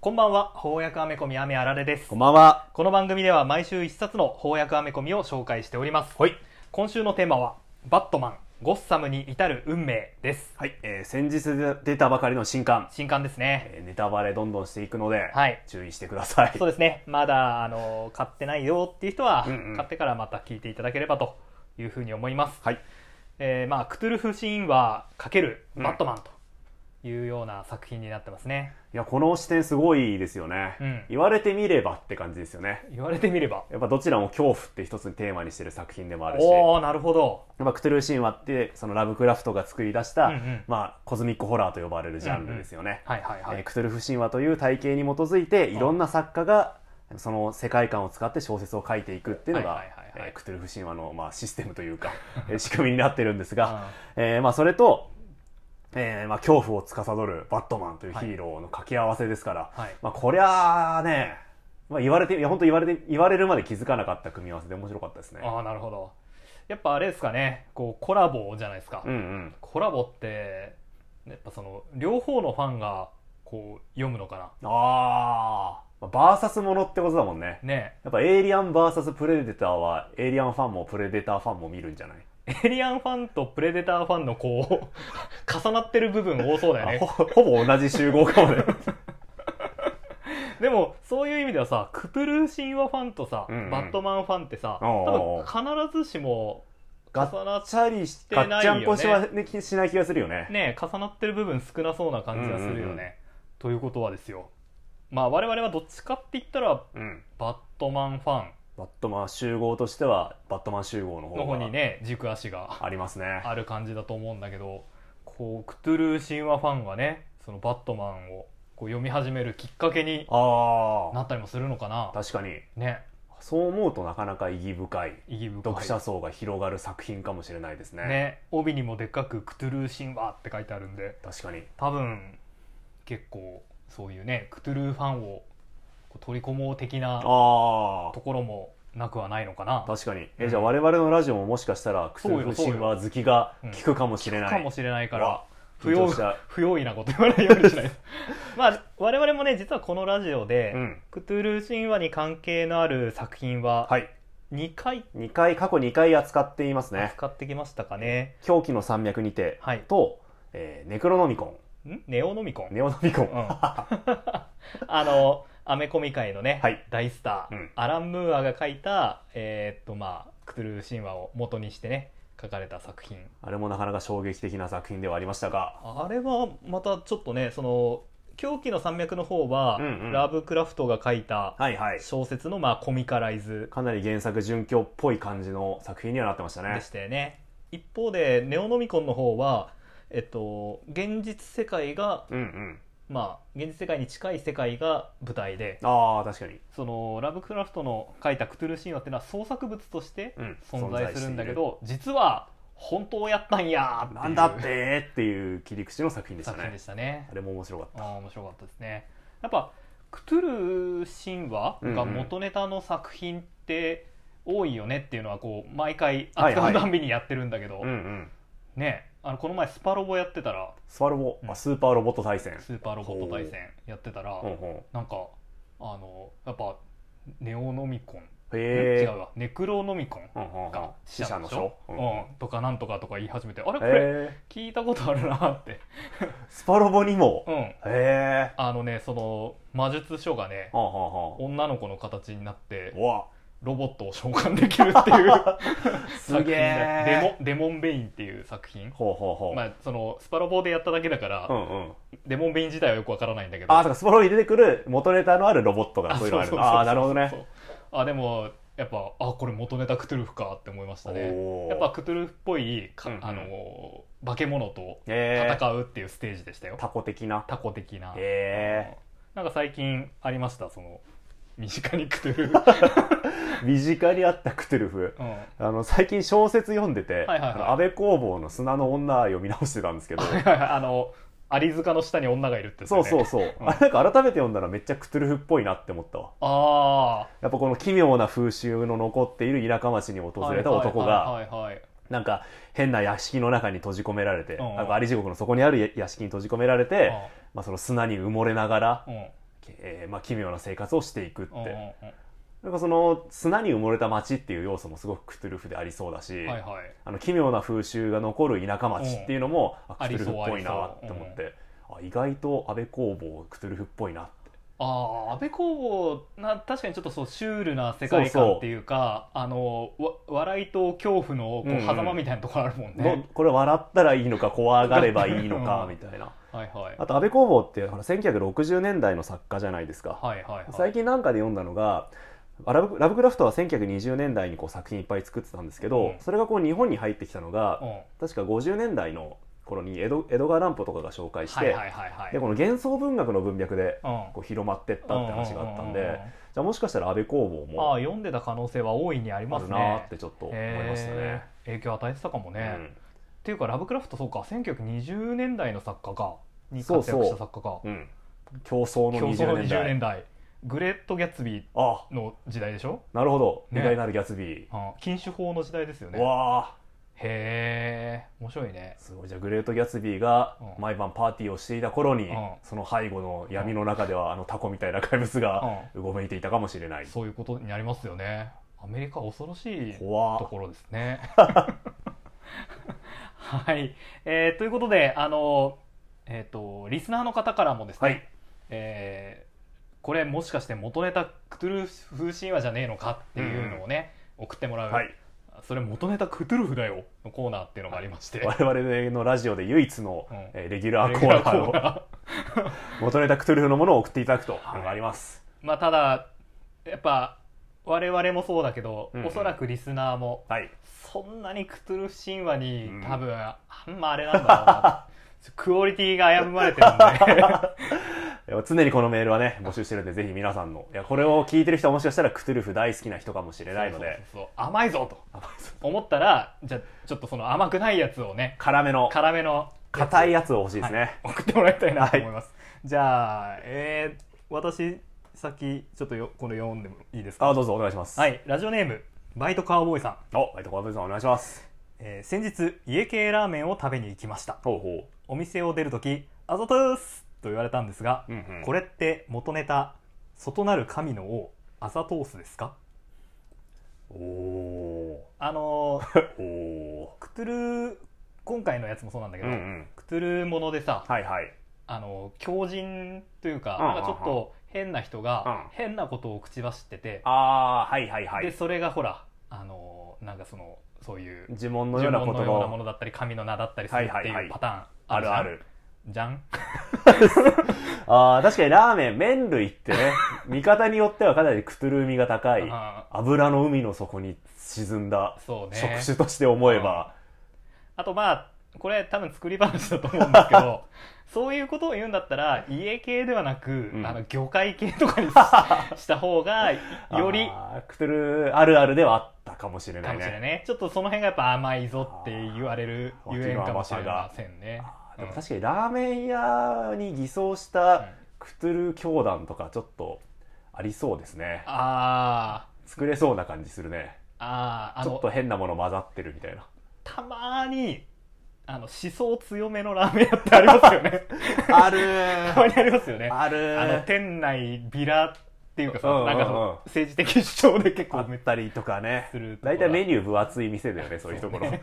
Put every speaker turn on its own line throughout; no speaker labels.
こんばんは翻訳アメコミアメあられです
こんばんは。
この番組では毎週一冊の翻訳アメコミを紹介しております
はい。
今週のテーマはバットマンゴッサムに至る運命です
はい、えー先日出たばかりの新刊、
新刊ですね
えーネタバレどんどんしていくので、
はい
注意してください
そう。ですねまだあの買ってないよっていう人は、
うんうん
買ってからまた聞いていただければというふうに思います、
はい。
えーまあ、クトゥルフ神話×
うん
バットマンというような作品になってますね、
いや、この視点すごいですよね。
うん
言われてみればって感じですよね。
言われてみれば
やっぱどちらも恐怖って一つにテーマにしてる作品でもあるし、
おおなるほど
やっぱクトゥルー神話って、そのラブクラフトが作り出した、
うんうん
まあ、コズミックホラーと呼ばれるジャンルですよね。
はいはいはい、
えークトゥルフ神話という体系に基づいていろんな作家がその世界観を使って小説を書いていくっていうの
はいは
が
いはいはい
えークトゥルフ神話のまあシステムとい うかえー仕組みになってるんですが、
う
えーまあそれと、えーまあ恐怖を司るバットマンというヒーローの掛け合わせですから、
はい
まあこりゃあね、まあ、言われていや本当言われて言われるまで気づかなかった組み合わせで面白かったですね。
ああなるほどやっぱあれですかねこうコラボじゃないですか、
うんうん、
コラボってやっぱその両方のファンがこう読むのかな
ああバーサスものってことだもんね。
ね
やっぱエイリアン VS プレデターはエイリアンファンもプレデターファンも見るんじゃない
えエイリアンファンとプレデターファンのこう 重なってる部分多そうだよ
あ
ね
ほほぼ同じ集合かも ね
でもそういう意味ではさクトゥルー神話ファンとさ、
うんうん
バットマンファンってさ
おうおうおう
多分必ずしも重
ガ
なっ
チャリしてガ
してな
ッ
い
チ
よ
ャ
ね
ンコしは、ね、しない気がするよね
ね重なってる部分少なそうな感じがするよね、
うんうんうん
ということはですよまあ我々はどっちかって言ったら
うん
バットマンファン
バットマン集合としてはバットマン集合
の
の方
方
が
にね軸足が
ありますね
ある感じだと思うんだけどこうクトゥルー神話ファンがねそのバットマンをこう読み始めるきっかけに
あ
な
あ
ったりもするのかな
確かに
ね
そう思うとなかなか意義深い
意義深い
読者層が広がる作品かもしれないですね
ね帯にもでっかく「クトゥルー神話」って書いてあるんで
確かに
多分結構そういうねクトゥルーファンをこう取り込もう的な
あ
ところもなくはないのかな
あ確かにえ、じゃあ我々のラジオももしかしたらクトゥルフ神話好きが聞くかもしれない
かもしれないか
う
ら
わ
不用
緊張した
不用意なこと言わないようにしない まあ我々もね実はこのラジオで、
うん
クトゥルー神話に関係のある作品は
はい
2回
二回過去2回扱っていますね
使ってきましたかね、
「狂気の山脈にて
はい」
と、えーネクロノミコン」
んネオノミコン
「ネオノミコン」
うん あのアメコミ界のね、
はい
大スター、
うん
アラン・ムーアが書いた、えーっとまあ、クトゥルー神話を元にしてね書かれた作品
あれもなかなか衝撃的な作品ではありましたが
あれはまたちょっとねその狂気の山脈の方は、
うんうん
ラブクラフトが書いた
はいはい
小説の、まあ、コミカライズ
かなり原作準拠っぽい感じの作品にはなってました
で
ね
したよね一方でネオノミコンの方はえっと現実世界が
うんうん
まあ現実世界に近い世界が舞台で
ああ確かに、
そのラブクラフトの書いたクトゥルー神話っていうのは創作物として
うん
存在するんだけ
存
ど、実は本当やったんやーっていう
なんだってっていう切り口の作品でした
作品で
ね
したね
あれも面白かった
あー面白かったですねやっぱクトゥルー神話が元ネタの作品って多いよねっていうのはこう毎回
はい
扱
は
う
い
たんびにやってるんだけど、
うんうん
ねあのこの前スパロボやってたら
スパロボ、
うん
あスーパーロボット対戦
スーパーロボット対戦やってたら、
ほうほ
なんかあのやっぱネオノミコン、
うへ
違
え
うわネクロノミコン
ほうほうほう
が
死者の
でしょ
書、
う
うんん
とかなんとかとか言い始めてあれこれ
へえ
聞いたことあるなって
スパロボにも、
うん
へえ
あのねその魔術書がね
ほうほうほう
女の子の形になって
う わ
ロボットを召喚できるって いう
すげえ
作品でデモデモンベインっていう作品
ほうほうほう、
まあそのスパロボでやっただけだから、
うんうん
デモンベイン自体はよくわからないんだけど
ああそうかスパロボに出てくる元ネタのあるロボットが
あ
そういうのある
そうそうそうそう
ああーなるほどね
そうあでもやっぱあこれ元ネタクトゥルフかって思いましたね
おー
やっぱクトゥルフっぽいか、
うんうん
あの化け物と
えー、
戦うっていうステージでしたよ、
タコ的な
タコ的な、
え
なんか最近ありましたその身近にクトゥルフ、うん
ー、身近にあったクトゥルフあの最近小説読んで
は
て、
いはいはい
あの安倍工房の砂の女読み直してたんですけ ど
あのアリ塚の下に女がいるってやつだ
そ
よ
う
ね、
そうそう、
うん
あれなんか改めて読んだらめっちゃクトゥルフっぽいなって思ったわ
あ
やっぱこの奇妙な風習の残っている田舎町に
あ
訪れた男が
はいはいはいはい
なんか変な屋敷の中に閉じ込められて、
うんうん
なんかあり地獄のそこにある屋敷に閉じ込められて、まあ、その砂に埋もれながら、
うんうん
えーまあ、奇妙な生活をしていくって、
うんうんうん
なんかその砂に埋もれた街っていう要素もすごくクトゥルフでありそうだし、
はいはい
あの奇妙な風習が残る田舎町っていうのも、あクトゥルフっぽいな
あ
って
りそう
思って、あ意外と安倍工房クトゥルフっぽいなって
ああ安倍工房な確かにちょっとそうシュールな世界観っていうかあのわ笑いと恐怖のこ
うんうん
う狭間みたいなところあるもんね、
どこれ笑ったらいいのか怖がればいいのか
うん
みたいな
はいはい
あと安倍工房ってほら1960年代の作家じゃないですか、
はいはいはい
最近なんかで読んだのがラブラブクラフトは1920年代にこう作品いっぱい作ってたんですけど、
うん
それがこう日本に入ってきたのが、
うん
確か50年代の頃に江戸江戸川乱歩とかが紹介して、
はいはいはいはい
でこの幻想文学の文脈で
うん
こう広まってったって話があったんで、
うううう
じゃあもしかしたら安倍工房
ああ
も
読んでた可能性は大いにあり
あ
ます
る
ね
なーってちょっと思い
えー
ましたね。
影響与えてたかもね、
う
っ
ん
ていうかラブクラフトそうか1920年代の作家かに活
そうそう
躍した作家か
うん競争の
競争
20
の
年
20
代
年代グレート・ギャッツビー
あ
の時代でしょ、
なるほど「
ね
偉大なるギャツビー
うん禁酒法の時代ですよ」ね
わあ
へえ面白いね
すごいじゃあグレート・ギャツビーが
うん
毎晩パーティーをしていた頃に、
うん
その背後の闇の中ではあのタコみたいな怪物がうごめいていたかもしれない、
そういうことになりますよねアメリカ恐ろしい
怖
と
っ
ころですね。はい、えーということであの、えー、とリスナーの方からもですね、
はい
えーこれもしかして元ネタクトゥルフ神話じゃねえのかっていうのをね、送ってもらう、
はい、
それ元ネタクトゥルフだよのコーナーっていうのがありまして、
我々のラジオで唯一の、
うん
えーレギュ ラーコーナーの
ー
元ネタクトゥルフのものを送っていただくというのがあります、
まあただやっぱ我々もそうだけど、
うんうん
おそらくリスナーも
はい、
そんなにクトゥルフ神話に
うん
多分、あんまあれなんだろうな クオリティが危ぶまれてるん で
えー常にこのメールはね募集してるんでぜひ皆さんのいやこれを聞いてる人はもしかしたらクトゥルフ大好きな人かもしれないので
そうそうそう甘いぞと
あまあそう
思ったらじゃあちょっとその甘くないやつをね
辛めの
辛めの
硬い
や
やつを欲しいですね、
つ送ってもらいたいなと思います、じゃあえー、私先ちょっとよこの読んでもいいですか
あどうぞお願いします
はいラジオネームバイトカウボーイさん、
おバイトコアブさんお願いします
えー先日家系ラーメンを食べに行きました
ほうほ
お店を出るとき「あざとーす!」と言われたんですが、
う、うんうん、
これって元ネタ「外なる神の王アザトース」ですか
おお
あの ー
ーお
クトゥル今回のやつもそうなんだ
ー
け
う
ど、
んうん
クトゥルものでさ、
はいはい
あの狂人というか,、
うんうんうん
なんかちょっと変な人が
うん
変なことを口走ってて、
ああはいはいは
で
い
それがほらあのーなんかそのそういう
呪文のよ
呪
うな
文
言
の
葉
ようなも
を
のだったり神の名だったりする
は
って
いはい
い
はいう
パターン
あるあ
る
る
じゃんじゃん
あー確かにラーメン麺類ってね見方によってはかなりクトゥル味が高い
あ
油の海の底に沈んだ
ーそうね
触手として思えば、
あとまあこれ多分作り話だと思うんですけ どそういうことを言うんだったら家系ではなく、
うん
あの魚介系とかにしした方が より
あークトゥルあるあるではあったかもしれな
か
い
もしれない
ね
ねちょっとその辺がやっぱ甘いぞって言われる
あー
ゆえんかもしれませんね
あー
う
で
ん
も確かにラーメン屋に偽装し
うん
たクトゥル教団とかちょっとありそうですね
あー
作れそうな感じするね
あーあ
ちょっ
の
と変なもの混ざってるみたいな
たまにあの思想強めのラーメン屋ってありますよ ね
ある
たまにありますよね
ある
あの店内ビラっていうかさ、
うんうんうん
なんかその政治的主張で結
あ
構めっ
ったりとかね
するところ
大体メニュー分厚い店だよねそういうところ
そうね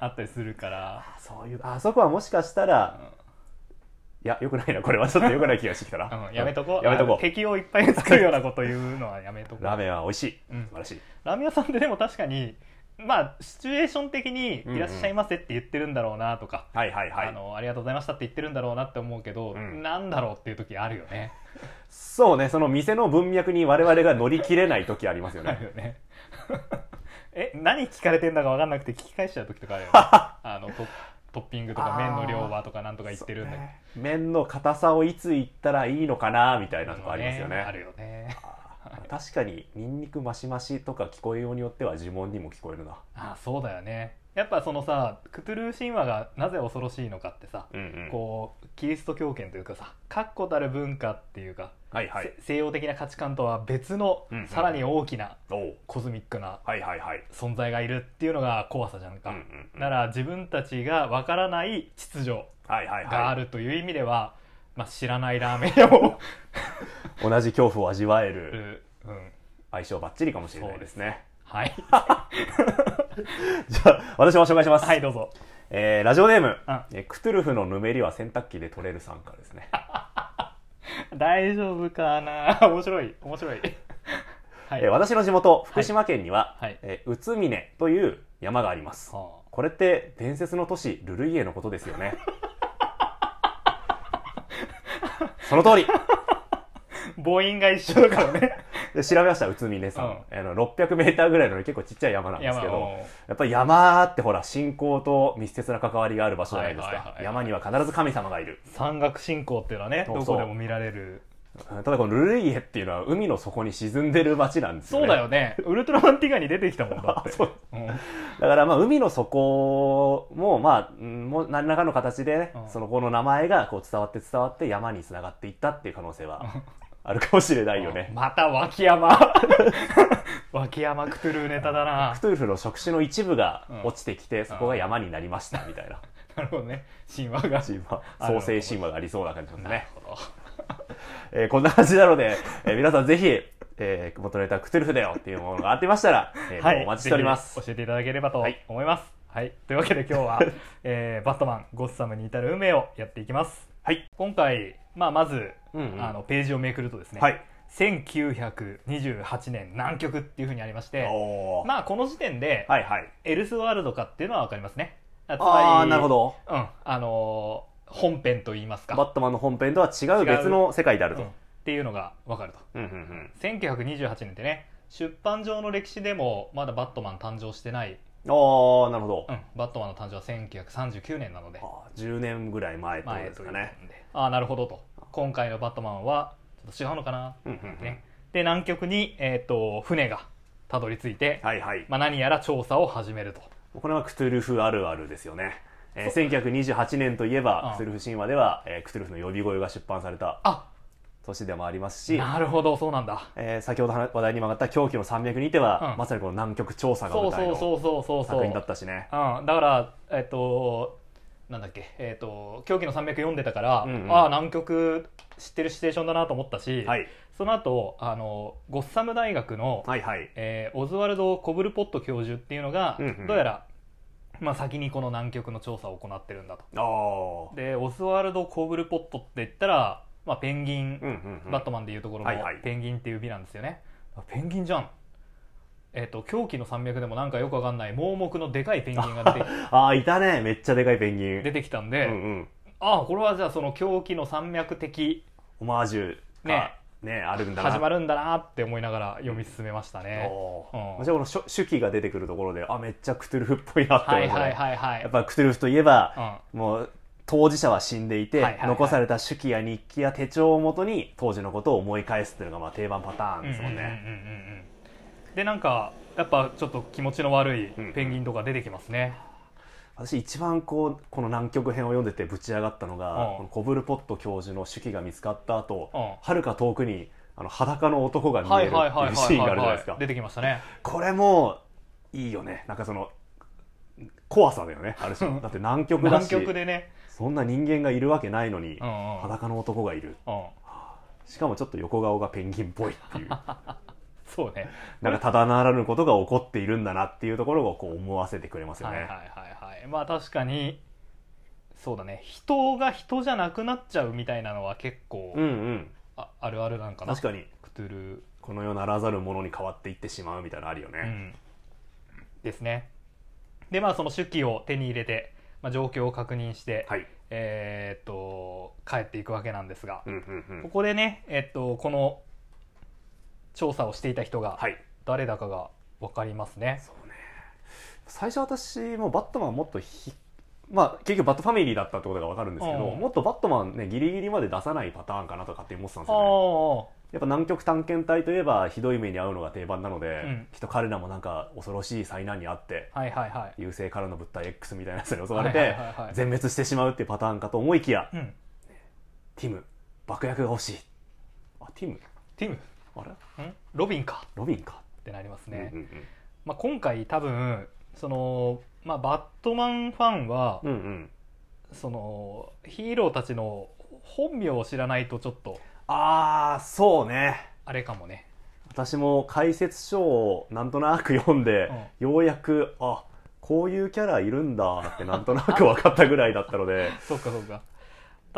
あったりするから
そういうあそこはもしかしたらいやよくないなこれはちょっとよくない気がしてきた
う、
なん
やめとこう
やめとこう
敵をいっぱい作るようなこと言うのはやめとこう
ラーメンは美味しい、
うん
素晴らしい
ラーメン屋さんってでも確かにまあシチュエーション的に「
うんうん
いらっしゃいませ」って言ってるんだろうなとか、
はいはいは
あ
い
の「ありがとうございました」って言ってるんだろうなって思うけど、
うん
なんだろうっていう時あるよね
そうねその店の文脈に我々が乗り切れない時ありますよ
あ
ね
るよ ねえ何聞かれてんだか分かんなくて聞き返しちゃう時と かあるよねあのトトッピングとか麺の量はとかなんとか言ってるんだけど、
そうね麺の硬さをいつ言ったらいいのかなみたいなとこありますよね
あるよね
あ確かにニンニクマシマシとか聞こえようによっては呪文にも聞こえるな
あそうだよねやっぱそのさクトゥルー神話がなぜ恐ろしいのかってさ、
うんうん
こうキリスト教圏というかさ確固たる文化っていうか、
はいはい
せ西洋的な価値観とは別の、
うんうん
さらに大きな
おう
コズミックな
はいはいはい
存在がいるっていうのが怖さじゃんか、
うんうんうん
なら自分たちがわからない秩序
はいはい
があ
はい
るという意味では、まあ、知らないラーメン屋 を、
同じ恐怖を味わえる
うん、
相性バッチリかもしれないですね
はい
じゃあ私も紹介します、
はいどうぞ
えーラジオネーム、
うん
えークトゥルフのぬめりは洗濯機で取れる参加ですね
大丈夫かな面白い面白い はい、
えー私の地元福島県には、
はい
えー宇都峰という山があります
は
これって伝説の都市ルルイエのことですよね その通り
あ母音が一緒だからね
で調べました宇都宮さん、あの600メーターぐらいの結構ちっちゃい山なんですけ
山
ど
を
やっぱり山ってほら信仰と密接な関わりがある場所じゃないです
はいはいはい
か
はい
山には必ず神様がいる
山岳信仰っていうのはね
そうそう
どこでも見られる
ただこのルルイエっていうのは海の底に沈んでる町なんです
そ
よね
うだよね ウルトラマンティガに出てきたもんだ って
そう
うん
だからまあ海の底もまあうんもう何らかの形でね、
うん
その子の名前がこう伝わって伝わって山に繋がっていったっていう可能性はあるかもしれないよね、
また脇 山脇山クトゥルーネタだな
クトゥルフの触手の一部が
うん
落ちてきて、そこが山になりましたみた いな、
なるほどね神話が
神話
ある
創
の
世神話がありそうな感じです
なる
ね、
ほど
えーこんな感じなので、えー皆さんぜひ、えー、元ネタクトゥルフだよっていうものがあってましたら、えーもうお待ちしております
ぜひ教えていただければと
はい
思います。はい、というわけで今 日は、えーバットマンゴッサムに至る運命をやっていきます。
はい、
今回、まあ、まず、
うんうん
あのページをめくるとですね、
はい
1928年南極っていうふうにありまして、
おー
まあこの時点で、
はいはい
エルスワールドかっていうのはわかりますね。あつまり
ああなるほ。ど
うん、あのー本編といいますか、
バットマンの本編とは違う別の世界であると、
うんっていうのがわかると。
うんうんうん
1928年ってね、出版上の歴史でもまだバットマン誕生してない
ああなるほど、
うん、バットマンの誕生は1939年なので
あー10年ぐらい前ってことですかね
前ということでああなるほどと今回のバットマンはちょっと違うのかな、
うんうんうん
ね、で南極に、えー、と船がたどり着いて、
はいはい、
まあ、何やら調査を始めると
これはクトゥルフあるあるですよね、えー、1928年といえ
うん
ばクトゥルフ神話では、えークトゥルフの呼び声が出版された
あ
年でもありますし、
なるほどそうなんだ
えー先ほど話話題にも上がった狂気の山脈にては、
うん
まさにこの南極調査が
そう
舞台
そう
の
そうそうそうそう
作
うん
品
だ
だっ
か
たしね
らえっ、となんだっけえっ、と「狂気の山脈」読んでたから、
うんうん
ああ南極知ってるシチュエーションだなと思ったし、
はい
その後あのゴッサム大学の、
はいはい
えーオズワルド・コブルポット教授っていうのが、
うんうん
どうやら、まあ、先にこの南極の調査を行ってるんだと
ああ
でオズワルド・コブルポットって言ったら、まあ、ペンギン、
うんうんうん
バットマンでいうところの
はいはい
ペンギンっていう美なんですよね、あペンギンじゃんえっ、と狂気の山脈でもなんかよくわかんない盲目のでかいペンギンが出て
ああいたねめっちゃでかいペンギン
出てきたん
う
で、
んうん
ああこれはじゃあその狂気の山脈的
オマージュがねあるんだな
始まるんだなって思いながら読み進めましたね、
お
う
ー
ん
もちろんこの初初期が出てくるところであめっちゃクトゥルフっぽいなって思
は
う
い
ので
はいはいはい
やっぱクトゥルフといえば、
うん
もう当事者は死んでいて、
はいはいはい
残された手記や日記や手帳をもとに当時のことを思い返すっていうのがまあ定番パターンですもんね、
うんうんうんうんうんでなんかやっぱちょっと気持ちの悪い
うんうん
ペンギンとか出てきますね、
私一番こうこの南極編を読んでてぶち上がったのが、
うん
このコブルポット教授の手記が見つかった後
うん
はる、か遠くにあの裸の男が見
は
え
い
るっ
はいはい
ていう
は
シ
い
ーンが
は
あ
い
るじゃない
は
ですか
い出てきましたね
これもいいよねなんかその怖さだよねある種だって南極だ
南
し
極でね、
そんな人間がいるわけないのに、
うんうんうん、
裸の男がいるしかもちょっと横顔がペンギンっぽいっていう
そうね
なんかただならぬことが起こっているんだなっていうところをこう思わせてくれますよ
はい
ね、
はいはいはいまあ確かにそうだね人が人じゃなくなっちゃうみたいなのは結構、
うんうん
ああるあるなんかな
確かに
クトゥル
この世ならざるものに変わっていってしまうみたいなのあるよ
ー、う
ね、
ん、ですねでまあその手記を手に入れて、まあ、状況を確認して、
はい
えーっと帰っていくわけなんですが、
うんうんう
こ
ん
こでね、えっと、この調査をしていた人が
はい
誰だかが分かりますね。
そうね最初私もバットマンもっとひまあ結局バットファミリーだったってことがわかるんですけど
うん
もっとバットマンねギリギリまで出さないパターンかなとかって思ってたんですよ
あ
ねやっぱ南極探検隊といえばひどい目に遭うのが定番なので、
うん
きっと彼らもなんか恐ろしい災難にあって
はいはいはい
流星からの物体 X みたいなやつに襲わ
はい
れ
は
て
いはいはい
全滅してしまうっていうパターンかと思いきや
うん
ティム爆薬が欲しいあティム
ティム
あれ
んロビンか
ロビンか、
ってなりますね、
うん
まあ、今回多分その、まあ、バットマンファンは、
うんうんうんうん
そのヒーローたちの本名を知らないとちょっと
ああそうね
あれかも ね
私も解説書をなんとなく読んで、ようやくあこういうキャラいるんだってなんとなく分かったぐらいだった ので
そうかそうか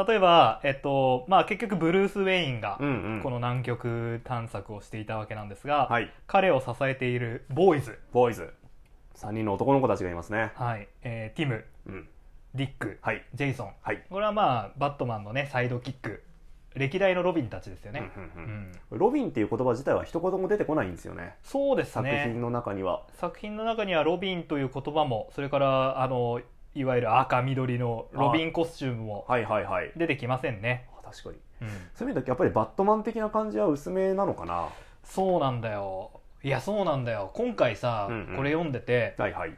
例えば、えっとまあ、結局ブルース・ウェインが
うん、うん、
この南極探索をしていたわけなんですが、
はい
彼を支えているボーイズ、
ボーイズ3人の男の子たちがいますね、
はいえーティム
うん、
ディック
はい
ジェイソン
はい、
これはまあバットマンのねサイドキック歴代のロビンたちですよね、
うんう
うん
うん
ん
ロビンっていう言葉自体は一言も出てこないんですよね
そうです
作
ね
品の中には、
作品の中にはロビンという言葉もそれからあのいわゆる赤緑のロビンコスチュームも
はいはいはい
出てきませんね、
あ確かに
うん
そういう意味だとやっぱりバットマン的な感じは薄めなのかな
そうなんだよいやそうなんだよ今回さ、
うんうん
これ読んでて
はいはい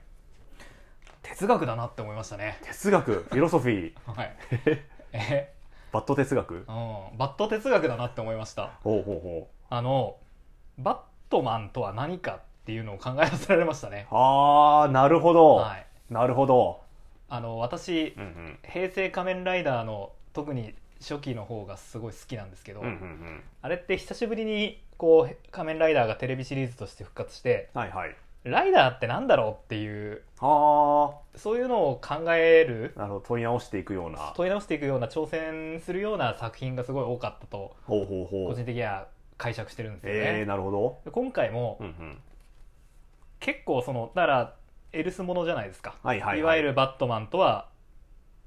哲学だなって思いましたね
哲学フィロソフィー
はい え、
バット哲学
うん、バット哲学だなって思いました
ほうほうほ
あのバットマンとは何かっていうのを考えさせられましたね
うああなるほど、
はい
なるほど、
あの私
うんうん
平成仮面ライダーの特に初期の方がすごい好きなんですけど、
うんうんうん
あれって久しぶりにこう仮面ライダーがテレビシリーズとして復活して
はいはい
ライダーってなんだろうっていう
あ
そういうのを考える
あなるほど問い直していくような
問い直していくような挑戦するような作品がすごい多かったと
ほうほうほ
個
う
人的には解釈してるんですよ
えー、
ね。
なるほど
で今回も
うんうん
結構そのだからエルスものじゃないですか、
はいはいはい
いわゆるバットマンとは、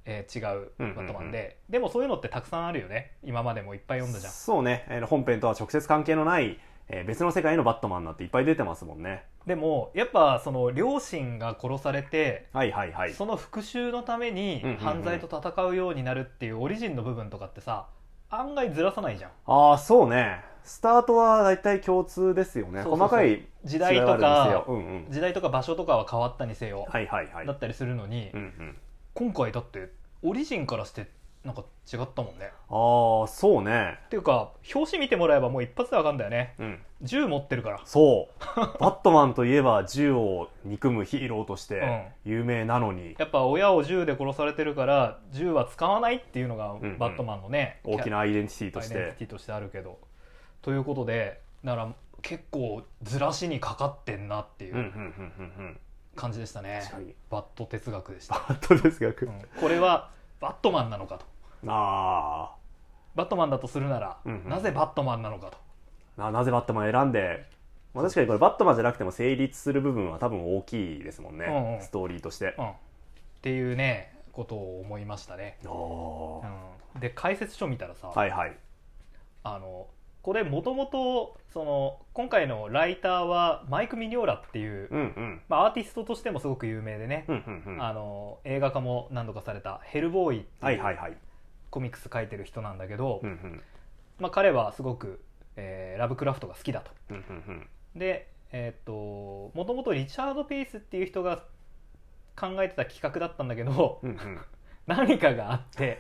えー違うバットマンで、
うん
でもそういうのってたくさんあるよね今までもいっぱい読んだじゃん。
そうね、えー本編とは直接関係のない、えー別の世界のバットマンなんていっぱい出てますもんね
でもやっぱその両親が殺されて
はいはいはい
その復讐のために
うんうんうん
犯罪と戦うようになるっていうオリジンの部分とかってさ案外ずらさないじゃん
ああそうねスタートは大体共通ですよね
そうそうそう
細かい
時代
違いは
と
あるんですよ
か
うんうん
時代とか場所とかは変わったにせよ、
はいはいはい
だったりするのに、
うんうん
今回だってオリジンからしてなんか違ったもんね
ああそうね
っていうか表紙見てもらえばもう一発でわかんだよね
うん
銃持ってるから
そうバットマンといえば銃を憎むヒーローとして有名なのに、
やっぱ親を銃で殺されてるから銃は使わないっていうのが
んうん
バットマンのね、
大きなアイデンティティと
アイ
し
デンテ
て
ィティとしてあるけどということでなら結構ずらしにかかってんなってい
うんうんう
うん
うんうん
感じでしたね
確、かに
バット哲学でし
バ
た、
ット哲学、
うんこれはバットマンなのかと
あ
バットマンだとするなら、
うんうん
なぜバットマンなのかと
あななぜバットマン選んで、まあ、確かにこれバットマンじゃなくても成立する部分は多分大きいですもんね、
うんうん
ストーリーとして、
うん、っていうねことを思いましたね、
あー
うんで解説書見たらさ、
はいはい
あのこれもともとその今回のライターはマイク・ミニョーラっていう、
うんうん
まあ、アーティストとしてもすごく有名でね、
うんうんうん
あの映画化も何度かされた「ヘルボーイ」って
はいいは
う
いはい、
コミックス書いてる人なんだけど、
うんうん
まあ、彼はすごく、えーラブクラフトが好きだと。
うんうん
でえーっともともとリチャード・ペイスっていう人が考えてた企画だったんだけど
うんうんうん
何かがあって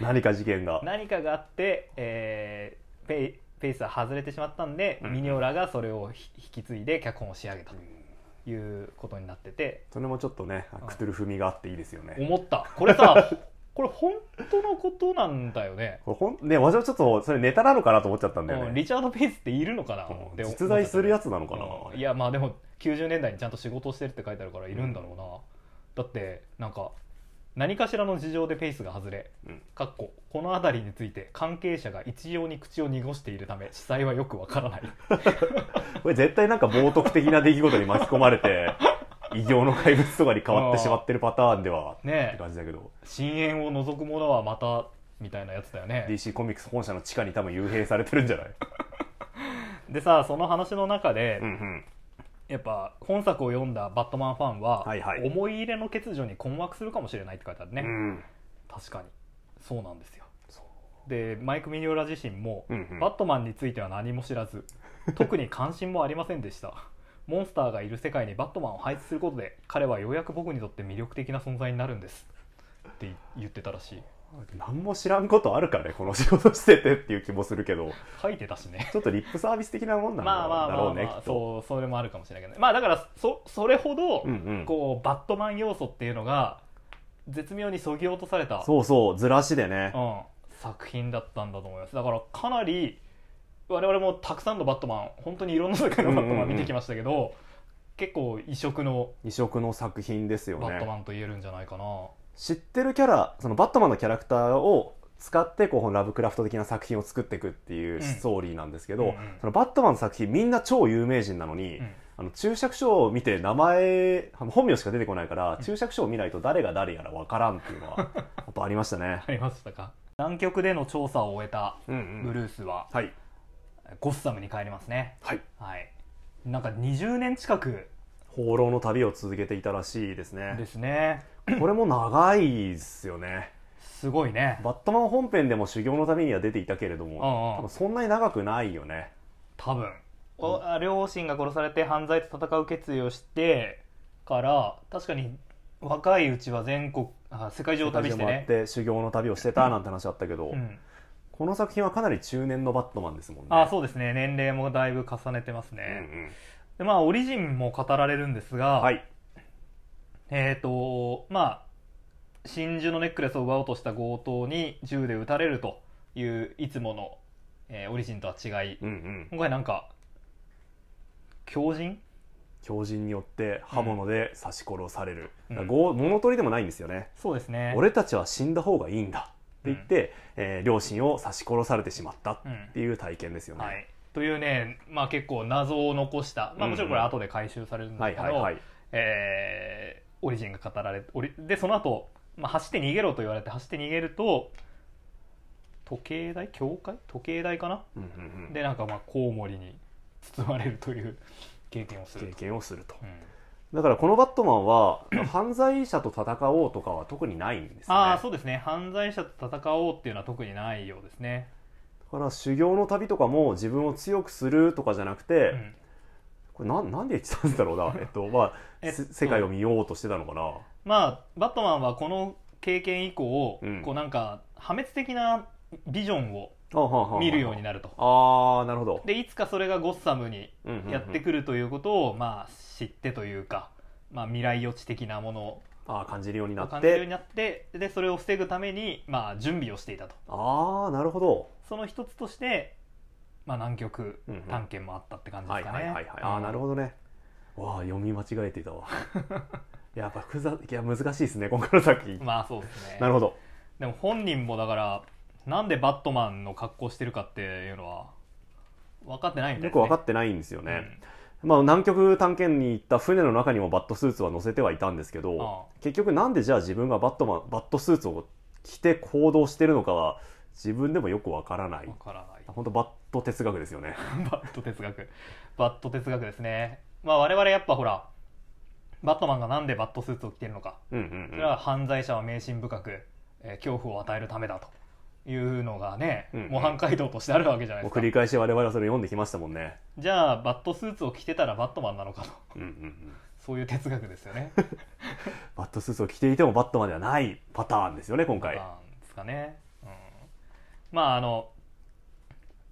何か事件が
何かがあって、えーペイペイスは外れてしまったんで、
うん
ミニオラがそれをひ引き継いで脚本を仕上げたということになってて
それもちょっとね
うん
クトゥルフ味があっていいですよね、
思ったこれさ これ本当のことなんだよね
これほんね私はちょっとそれネタなのかなと思っちゃったんだよ
うん
ね、
リチャード・ペイスっているのかな
う
っ
ん
て思っちゃ
実
った
在するやつなのかな、
うんいやまあでも90年代にちゃんと仕事をしてるって書いてあるからいるんだろうな、だってなんか何かしらの事情でペイスが外れ
うん
かっここの辺りについて関係者が一様に口を濁しているため司祭はよくわから ない
これ絶対なんか冒涜的な出来事に巻き込ま れて異形の怪物とかに変わってしまってるパターンではって
ねえ
感じだけど
深淵を除くものはまたみたいなやつだよね
DC コミックス本社の地下に多分幽閉されてるんじゃない
でさその話の中で、
うんうん
やっぱ本作を読んだバットマンファンは、
はいはい
思い入れの欠如に困惑するかもしれないって書いてあるね、
うん
確かにそうなんですよ
そう
でマイク・ミニオラ自身も、
うんうん
バットマンについては何も知らず特に関心もありませんでした モンスターがいる世界にバットマンを配置することで彼はようやく僕にとって魅力的な存在になるんですって言ってたらしい
何も知らんことあるかねこの仕事しててっていう気もする けど
書いてたしね
ちょっとリップサービス的なもんなんだ
まあまあま
だ
あ、
ろ
まあ
うねきっと。
そうそれもあるかもしれないけどねまあだからそそれほど、
うんうん
こうバットマン要素っていうのが絶妙にそぎ落とされた
そうそうずらしでね
うん、作品だったんだと思いますだからかなり我々もたくさんのバットマン本当にいろんな世界のバットマン見てきましたけど、結構異色の
異色の作品ですよ
バット
ね
マンと言えるんじゃないかな、
知ってるキャラそのバットマンのキャラクターを使ってこうラブクラフト的な作品を作っていくっていうストーリーなんですけど、
うんうん
そのバットマンの作品みんな超有名人なのに、
うん
あの注釈書を見て名前あの本名しか出てこないから、注釈書を見ないと誰が誰やらわからんっていうのはやっぱありましたね。
ありましたか南極での調査を終えた
うん
ブルースは
はい、
ゴッサムに帰りますね
はい、
はいなんか20年近く
放浪の旅を続けていたらしいです
で
ね。
すね
これも長いですよね。
すごいね
バットマン本編でも修行のためには出ていたけれど
うんうん
も、多分そんなに長くないよね。
多分おあ両親が殺されて犯罪と戦う決意をしてから確かに若いうちは全国あ世界中を旅して
回
ね
っ、て修行の旅をしてたなんて話あったけど、
うん、
この作品はかなり中年のバットマンですもんね。
あそうですね年齢もだいぶ重ねてます
うん
ね、
うん
でまあオリジンも語られるんですが、
はい、
えっ、とまあ真珠のネックレスを奪おうとした強盗に銃で撃たれるといういつもの、えーオリジンとは違い
うんうん、
今回なんか強靭
狂人によって刃物で刺し殺される、
うん
だからご物取りでもないんですよね。
そうですね
俺たちは死んだ方がいいんだって言って、えー両親を刺し殺されてしまったっ
うん
ていう体験ですよね。
はい、というね、まあ、結構謎を残した、まあ、もちろんこれ
うんうん
後で回収されるんで
は
す
い
けど、
はいはい。
えーオリジンが語られオリでその後、まあ走って逃げろと言われて走って逃げると時計台教会時計台かな、
うんうんうん
でなんかまあコウモリに包まれると いう経験をす
経
ると、
験をすると
うん
だからこのバットマンは犯罪者と戦おうとかは特にないんですね
ああ
だ
そうですね犯罪者と戦おうっていうのは特にないようですね、
から修行の旅とかも自分を強くするとかじゃなくて、
うん
これなんなんで言ってたんだろ うなえっとまあ、
えっと
せ世界を見ようとしてたのかな
まあバットマンはこの経験以降、
うん
こうなんか破滅的なビジョンを
あはあはあはあ
見るようになると
ああなるほど
でいつかそれがゴッサムに
うんうんうん
やってくるということを、まあ、知ってというか、まあ、未来予知的なものを
ああ感じるようになっ
感じるよう
て
になってでそれを防ぐために、まあ、準備をしていたと
ああなるほど
その一つとして、まあ、南極
うんうん
探検もあったって感じで
は
す
い
か
はい
ね、
はいはいああなる
ほ
ほどねわあ読み間違えていたわ やっぱ複雑いや難しいですね今回の作品、
まあそうですね
なるほど
でも本人もだからなんでバットマンの格好してるかっていうのは分かってないみたいで
よ
す
く
ね
分か
っ
ってないんですよね、まあ、南極探検に行った船の中にもバットスーツは載せてはいたんですけど、
あ
結局なんでじゃあ自分がバットマンバットスーツを着て行動してるのかは自分でもよくわからない
分からない
本当バット哲学ですよね
バット哲学バット哲学ですねまあ我々やっぱほらバットマンがなんでバットスーツを着てるのか
うんうん
そ
うん
れは犯罪者は迷信深く、えー恐怖を与えるためだというのがね、
うん
模範解答としてあるわけじゃない
も
で
う
すか
繰り返し我々はそれ読んできましたもんね
じゃあバットスーツを着てたらバットマンなのかと
うんうんうん
そういう哲学ですよね
バットスーツを着ていてもバットマンではないパターンですよね今回
なんですかね、うん、まああの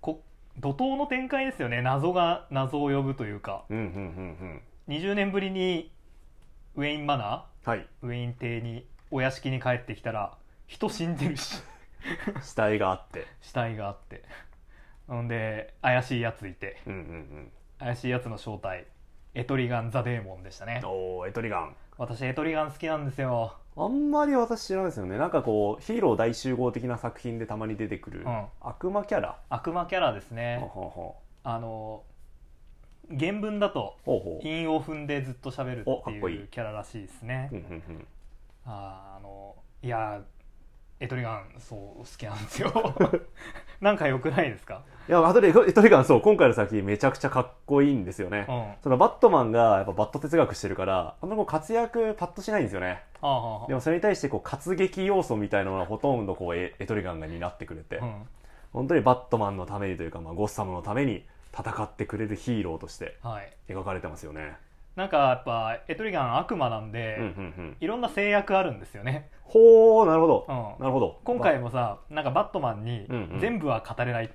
こ怒涛の展開ですよね謎が謎を呼ぶというか
うんうんうんうん
20年ぶりにウェイン・マナー
はい
ウェイン邸にお屋敷に帰ってきたら人死んでるし
死体があって
死体があってほんで怪しいやついて
うんうん
怪しいやつの正体エトリガン・ザ・デーモンでしたね
うんおーエトリガン
私エトリガン好きなんですよ、
あんまり私知らないですよねなんかこうヒーロー大集合的な作品でたまに出てくる、
うん、
悪魔キャラ
悪魔キャラです
ほう
ね
ほうほ
あの原文だと
うほうほう
韻を踏んでずっと喋る
お
っ
か
て
っこい
いう
い
キャラらしいですね
うんうんうん
あーあのいやーエトリガンそう好きなんです よなんか良くないですか、
いや、バトルエトリガン、そう、今回の作品めちゃくちゃかっこいいんですよね。
うん、あ
そのバットマンがやっぱバット哲学してるから、あんまりこう活躍パッとしないんですよね。
あああ
でもそれに対してこう活劇要素みたいなのはほとんどこうエエトリガンが担ってくれて、
うん、
本当にバットマンのためにというか、まあ、ゴッサムのために戦ってくれるヒーローとして
はい
描かれてますよね。
なんかやっぱエトリガン悪魔なんで、
うんうんうん。
いろんな制約あるんですよね、
ほー、なるほど。
うん、
なるほど。
今回もさなんかバットマンに
うんうん
全部は語れない、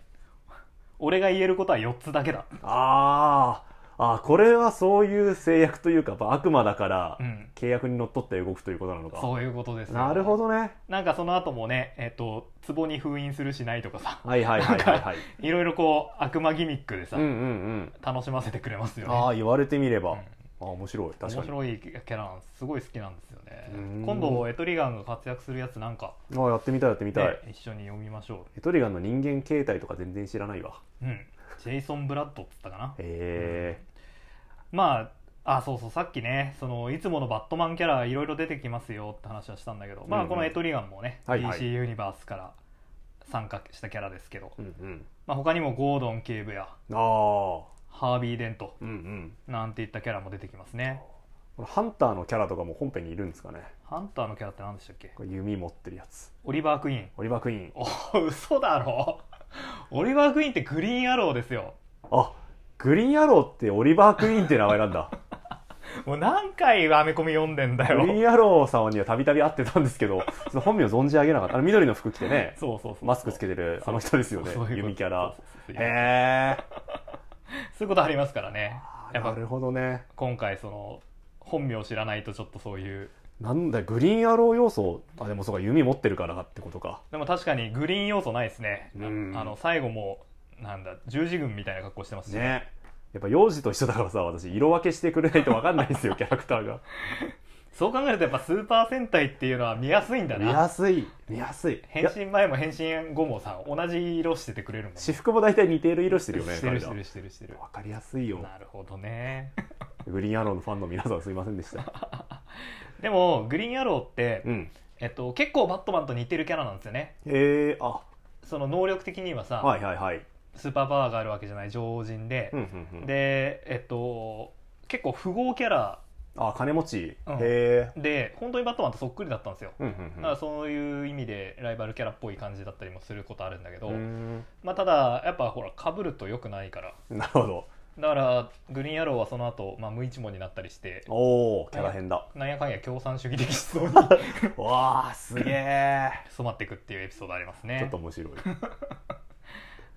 俺が言えることは4つだけだ、
あーあー、これはそういう制約というか、やっぱ悪魔だから
う、ん、
契約にのっとって動くということなのか。
そういうことですよ
なるほどね。
なんかその後もねえっ、と壺に封印するしないとかさ
はいはいはいはいはい。
いろいろこう悪魔ギミックでさ、
うんうんうん。
楽しませてくれますよね
ああ、言われてみれば。
うん
ああ、面白い。確かに。
面白いキャラなんですすごい好きなんですよ
う
ね
ん
今度エトリガンが活躍するやつなんか、
ああ、やってみたい、やってみたい。
ね、一緒に読みましょ
エトリガンの人間形態とか全然知らないわ。
ううんジェイソン・ブラッドっつったかな
へ
まああそうそうさっきねそのいつものバットマンキャラいろいろ出てきますよって話はしたんだけど、ま
うん
あ
うん
このエトリガンもね、
はいはい
DC ユニバースから参加したキャラですけど、
え。うん
まあ、他にもゴードン警部や
うん。ああ。
ハービー・デント
うんうん。
なんていったキャラも出てきますね
このハンターのキャラとかも本編にいるんですかね。
ハンターのキャラって何でしたっけ
これ弓持ってるやつ。
オリバー・クイーン
オリバークイーン。
お嘘だろオリバー・クイーンってグリーンアローですよ
あ、グリーンアローってオリバークイーンって名前な んだ。
もう何回アメコミ読んでんだ
グリ
よ
ーンアローさんにはたびたび会ってたんですけど、その本名存じ上げなかった。あの緑の服着てね、
そうそうそう
マスクつけてるあの人ですよね
そういうこと。
弓キャ
そ
ラ
う。そうそう
へえ。
そういうことありますからねやっ
な
ぱ
るほどね。
今回その本名を知らないとちょっとそういう
なんだグリーンアロー要素あでもそうか弓持ってるからかってことか
でも確かにグリーン要素ないですね、
うん
あの最後もなんだ十字軍みたいな格好してますし
ねやっぱ幼児と一緒だからさ私色分けしてくれないと分かんないん ですよキャラクターが
そう考えるとやっぱスーパー戦隊っていうのは見やすいんだ
見
な
やすい見やすいい
変
や
身前も変身後もさ同じ色しててくれるもんね
私服も大体似てる色してるよね
してるし
彼
て
ら
るしてるしてる
分かりやすいよ
なるほどね
グリーンアローのファンの皆さんすいませんでした
でもグリーンアローって、
うん
えっと、結構バットマンと似てるキャラなんですよね
えー、あ
その能力的にはさ、
はいはいはい
スーパーパワーがあるわけじゃない常人で、
うんうんうん
でえっと結構富豪キャラ
あ金持ち、
うん
へえ
で本当にバットマンとそっくりだったんですよ、
う
だ
んうん
からそういう意味でライバルキャラっぽい感じだったりもすることあるんだけど、
うんう
まあ、ただやっぱほらかぶると良くないから
ーんなるほど
だからグリーンアローはその後、まあ無一文になったりして
おおキャラ変だ
なんやかんや共産主義的思想に
わあ すげえ
染まっていくっていうエピソードあります
ちょっ
ね
と面白い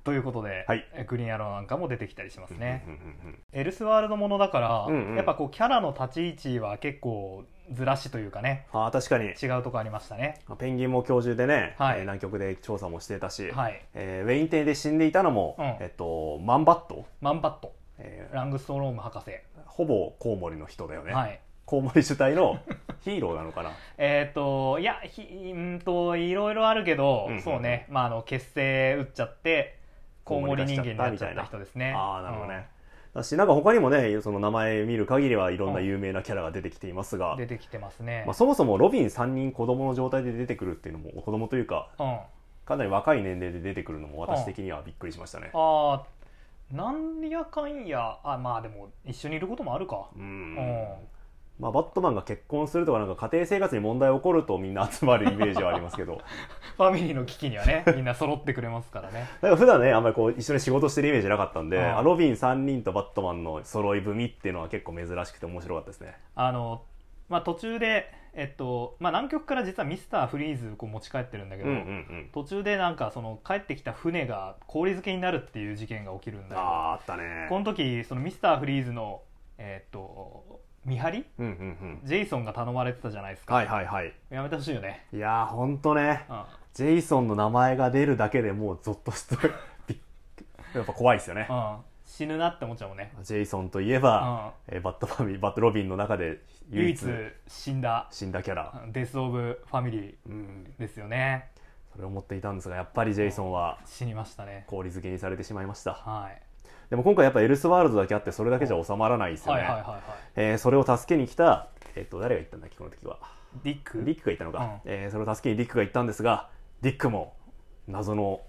ということで、
はい
えグリーンアローなんかも出てきたりしますね、
うんうんうんうん
エルスワールドものだから、
うんうん
やっぱこうキャラの立ち位置は結構ずらしというかね
あー確かに
違うとこありましたね
まあペンギンも教授でね、
はい
えー南極で調査もしてたし、
はい
えーウェイン邸で死んでいたのも、
うん
えっと、マンバット、
マンバット
えー
ラングストローム博士、
ほぼコウモリの人だよね、
はい
コウモリ主 体のヒーローなのかな
えっ、といやひうんといろいろあるけど、
うんうんうん
そうねまああの結成打っちゃってコウモリ人間になっちゃった人ですね
ああなるほどね、だしなんか他にもねその名前見る限りはいろんな有名なキャラが出てきています
う
が
ん、出てきてますね、
まあ、そもそもロビン3人子供の状態で出てくるっていうのも子供というか
うん
かなり若い年齢で出てくるのも私的にはびっくりしましたね、
あーなんやかんやあまあでも一緒にいることもあるか
う
うんん、
まあ、バットマンが結婚するとかなんか家庭生活に問題起こるとみんな集まるイメージはありますけど
ファミリーの危機にはねみんな揃ってくれますからね
なんか普段ねあんまりこう一緒に仕事してるイメージなかったんで、
うん
あロビン3人とバットマンの揃い踏みっていうのは結構珍しくて面白かったですね
あの、まあ、途中で、えっとまあ、南極から実はミスターフリーズこう持ち帰ってるんだけど、
ん
途中でなんかその帰ってきた船が氷漬けになるっていう事件が起きるん
あ
だ
ああったね
けど この時そのミスターフリーズの、えっと見張り
うんうんうん
ジェイソンが頼まれてたじゃないですか、
はいはいはい
やめてほしいよね、
いやーほんとね
うん
ジェイソンの名前が出るだけでもうゾッとしてびっ やっぱ怖いですよね
うん、死ぬなって思っちゃうもんね、
ジェイソンといえ
う
ば、
ん、
えーバットファミバットロビンの中で唯
唯
一
一死んだ
死んだキャラ、
デス・オブ・ファミリー
うん、
ですよね
それを思っていたんですがやっぱりジェイソンは
死にましたね、
氷漬けにされてしまいました
はい
でも今回やっぱエルスワールドだけあってそれだけじゃ収まらないですよ
はい
ね、
はいはいはい
えーそれを助けに来た、えっと誰が言ったんだっけこの時は
ディック
リックが言ったのか、
う
えーそれを助けにリックが言ったんですがディックも謎の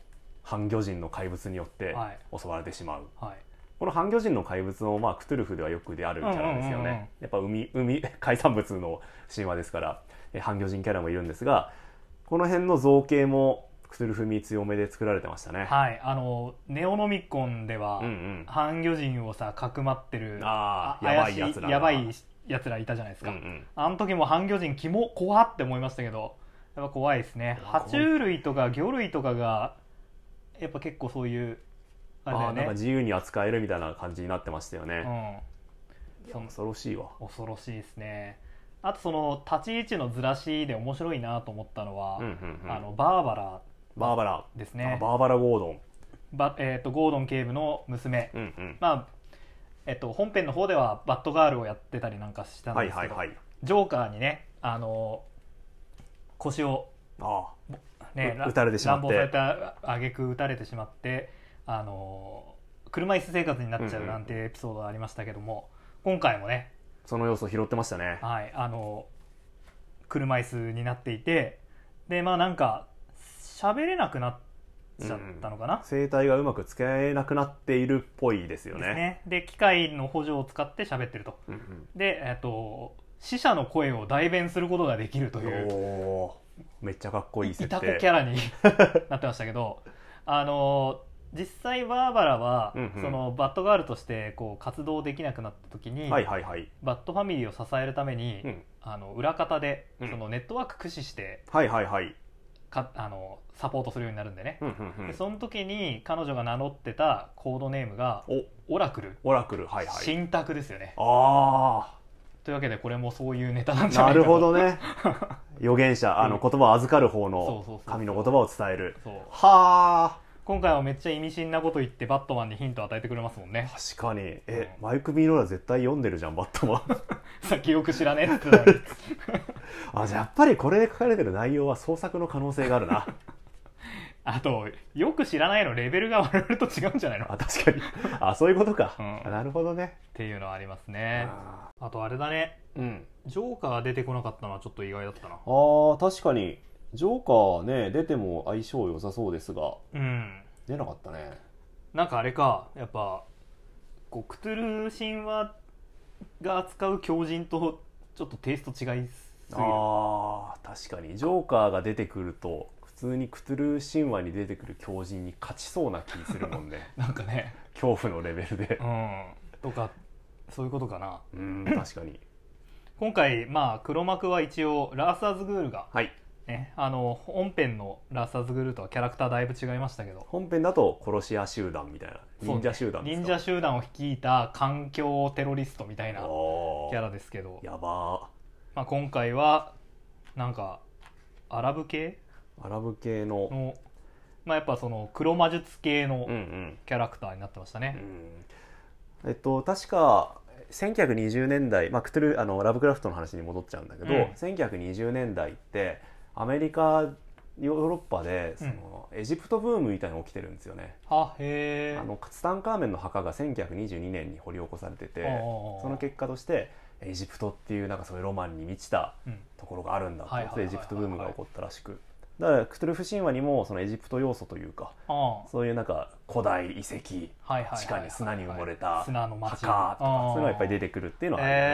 半魚人の怪物によって
はい
襲われてしまう、
はい
この半魚人の怪物も、まあ、クトゥルフではよく出あるキャラです
うんう
よね、
んうんうん
やっぱ海海 海産物の神話ですからえ半魚人キャラもいるんですがこの辺の造形もクトゥルフ味強めで作られてましたね、
はいあのネオノミコンでは、
うんうん
半魚人をさかくまってる
ああやば
怪
い
し
やつら
やば
うん
いやつらいたじゃないです
う
か、
ん
あの時も半魚人キモ怖って思いましたけどやっぱ怖いですね
怖い
爬虫類とか魚類とかがやっぱ結構そういうあれだ
あ
よ
ーなん
ね
か自由に扱えるみたいな感じになってましたよね、
うんその
恐ろしいわ
恐ろしいですねあとその立ち位置のずらしで面白いなと思ったのは、
うんうんうん
あのバーバラ
バーバラ、
ですね
あバーバラ・ゴードン、
ばえー、とゴードン警部の娘、
うんうん、
まあえっと、本編の方ではバッドガールをやってたりなんかしたんです
は
け
い
ど、
はいはい
ジョーカーにねあの腰を
あ
ね、
う
ら
撃たれてしま
乱
って
暴された挙句撃たれてしまってあの車椅子生活になっちゃうなんてエピソードがありましたけども、今回もね、
あその要素拾ってましたね
はい、あの車椅子になっていてでまあなんか喋れなくなっちゃったのかな、
声帯がうまく使えなくなっているっぽいですよ
です
ね
ねで機械の補助を使って喋ってると
うんうん
でえっと死者の声を代弁することができるという
おーめっちゃかっこいい設
いたこ
定
キャラ になってましたけどあの実際バーバラは、
うんうん
そのバッドガールとしてこう活動できなくなった時に、
はいはいはい、
バッドファミリーを支えるために、
うん、
あの裏方で、
うん
そのネットワーク駆使して
はいはいはい、
かあのサポートするようになるんでね、
うんうんう
で
ん、
その時に彼女が名乗ってたコードネームが
お
オラクル、
オラクルはいはい
信託ですよね
あ
というわけでこれもそういうネタなん
あ
じゃな
ない
か
る
と
ほど ね預言者あの言葉を預かる
そ
方
うそうそう
の
そう
神の言葉を伝える
そう
はあ
今回はめっちゃ意味深なこと言ってバットマンにヒントを与えてくれますもんね
確かにえ、
う
マイク・ミーローラ絶対読んでるじゃんバットマン
先よく知らねえって言 ってたのに
あじゃあやっぱりこれで書かれてる内容は創作の可能性が あるな
あとよく知らないのレベルが我々と違うんじゃないのっ
あ確かにあそういうことか、
うん
なるほどね
ていうのはありますね
あ
あとあれだね
ーうん
ジョーカーが出てこなかったのはちょっと意外だったな
あー確かにジョーカーね出ても相性良さそうですが
うん
出なかったね
なんかあれかやっぱこうクトゥルフ神話が扱う狂人とちょっとテイスト違いすぎる
あー確かにジョーカーが出てくると普通にクトゥルー神話に出てくる狂人に勝ちそうな気するもん ね
なんかね
恐怖のレベルで
うんとかそういうことかな
うん確かに
今回まあ黒幕は一応ラーサーズグールが
はい
ねあの本編のラーサーズグールとはキャラクターだいぶ違いましたけど
本編だと殺し屋集団みたいな忍者集団ですか
忍者集団を率いた環境テロリストみたいなキ
おー
ャラですけど、
やば
まあ、今回はなんかアラブ系
ーアラブ系の
の、まあ、やっぱその黒魔術系の
うんうん
キャラクターになってましたね、
えっと確か1920年代、まあ、クトゥルあのラブクラフトの話に戻っちゃうんだけど、
うん
1920年代ってアメリカヨーロッパでその、エジプトブームみたいなのが起きてるんですよね。
はへ
あ
え
のツタンカーメンの墓が1922年に掘り起こされてて
おうおうおう
その結果としてエジプトっていうなんかそういうロマンに満ちた
うん
ところがあるんだってこと
はい
で
はいはいはい
エジプトブームが起こったらしくだからクトゥルフ神話にもそのエジプト要素というか
ああ
そういうなんか古代遺
は
跡
いはいはいはい
地下に砂に埋もれた
砂の
墓
町
とかそういうのがいっぱい出てくるっていうのはあるよね、
へ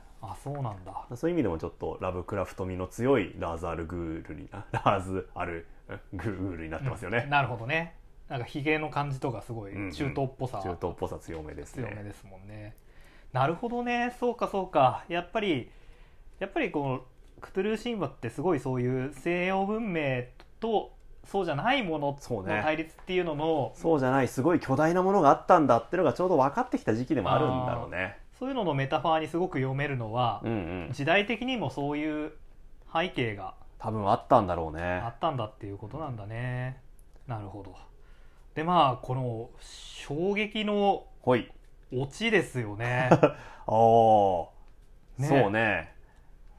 えあそうなんだ
そういう意味でもちょっとラブクラフト味の強いラーズアルグールにな ラーズアルグールになってますよ
う
ね
ん、なるほどねなんかヒゲの感じとかすごい
うんうん
中東っぽさ、
中東っぽさ強めです
強め
ね
ですもんね。なるほどね、そうかそうか。やっぱり、やっぱりこのクトゥルー神話ってすごいそういう西洋文明とそうじゃないもの
そ
の
うね
対立っていうのの、
そうじゃないすごい巨大なものがあったんだってのがちょうど分かってきた時期でもあるんだろうね
そういうののメタファーにすごく読めるのは
う、んうん
時代的にもそういう背景が
多分あったんだろうね
あったんだっていうことなんだね。なるほど。で、まあ、この衝撃の
ほい
オチですよ ね。
おー、
ね
そうね、